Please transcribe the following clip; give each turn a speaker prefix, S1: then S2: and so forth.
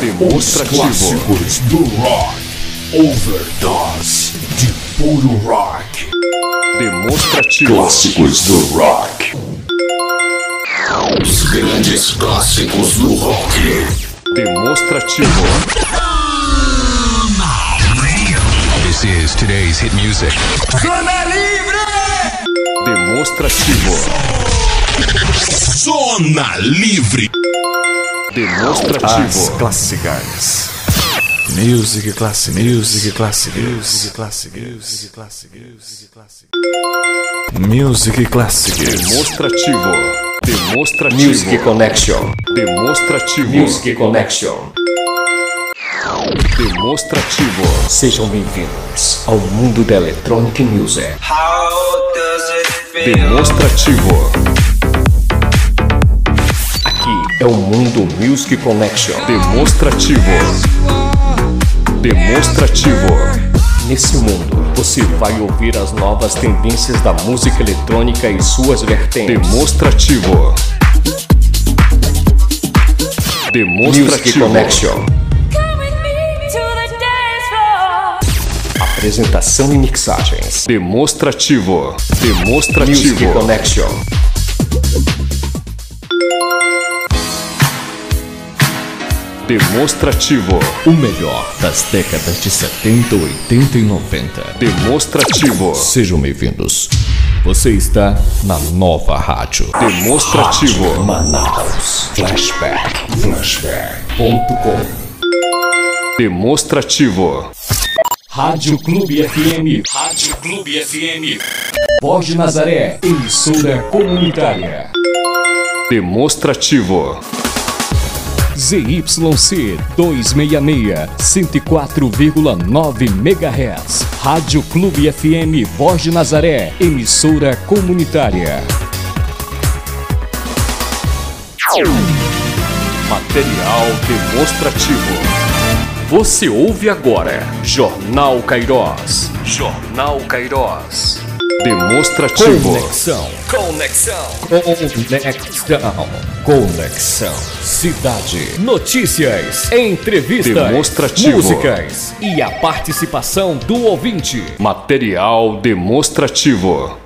S1: demonstrativo.
S2: Os clássicos do rock. Overdose de puro rock.
S1: Demonstrativo.
S2: Clássicos do rock. Os grandes clássicos do rock.
S1: Demonstrativo.
S3: This is today's hit music.
S2: Zona Livre!
S1: Demonstrativo.
S2: Zona Livre!
S1: Demonstrativo.
S4: clássicas. Music classic, music classic, music classic, music classic, music classic. Music classic.
S1: Demonstrativo. Demonstrativo.
S5: Music Connection.
S1: Demonstrativo.
S5: Music Connection.
S1: Demonstrativo.
S5: Sejam bem-vindos ao mundo da Electronic Music.
S6: How does it feel?
S1: Demonstrativo.
S5: Aqui é o mundo Music Connection.
S1: Demonstrativo. Demonstrativo.
S5: Nesse mundo, você vai ouvir as novas tendências da música eletrônica e suas vertentes.
S1: Demonstrativo.
S5: Music
S1: Demonstrativo.
S5: Connection.
S7: Come with me to the dance floor.
S5: Apresentação e mixagens.
S1: Demonstrativo.
S5: Music
S1: Demonstrativo.
S5: Connection.
S1: Demonstrativo.
S5: O melhor das décadas de 70, 80 e 90.
S1: Demonstrativo.
S5: Sejam bem-vindos. Você está na nova rádio.
S1: Demonstrativo.
S5: Manaus. Flashback. Flashback.com
S1: Demonstrativo.
S5: Rádio Clube FM. Rádio Clube FM. Voz de Nazaré. Emissora comunitária.
S1: Demonstrativo.
S5: ZYC 266. 104,9 MHz. Rádio Clube FM. Voz de Nazaré. Emissora comunitária.
S1: Material demonstrativo.
S5: Você ouve agora Jornal Cairós. Jornal Cairós.
S1: Demonstrativo.
S5: Conexão. Conexão. Conexão. Conexão. Cidade. Notícias. Entrevistas.
S1: Demonstrativo.
S5: Músicas. E a participação do ouvinte.
S1: Material demonstrativo.